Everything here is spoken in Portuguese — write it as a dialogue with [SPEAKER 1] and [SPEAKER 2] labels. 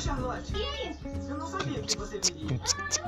[SPEAKER 1] Sorte. Eu não sabia que você viria.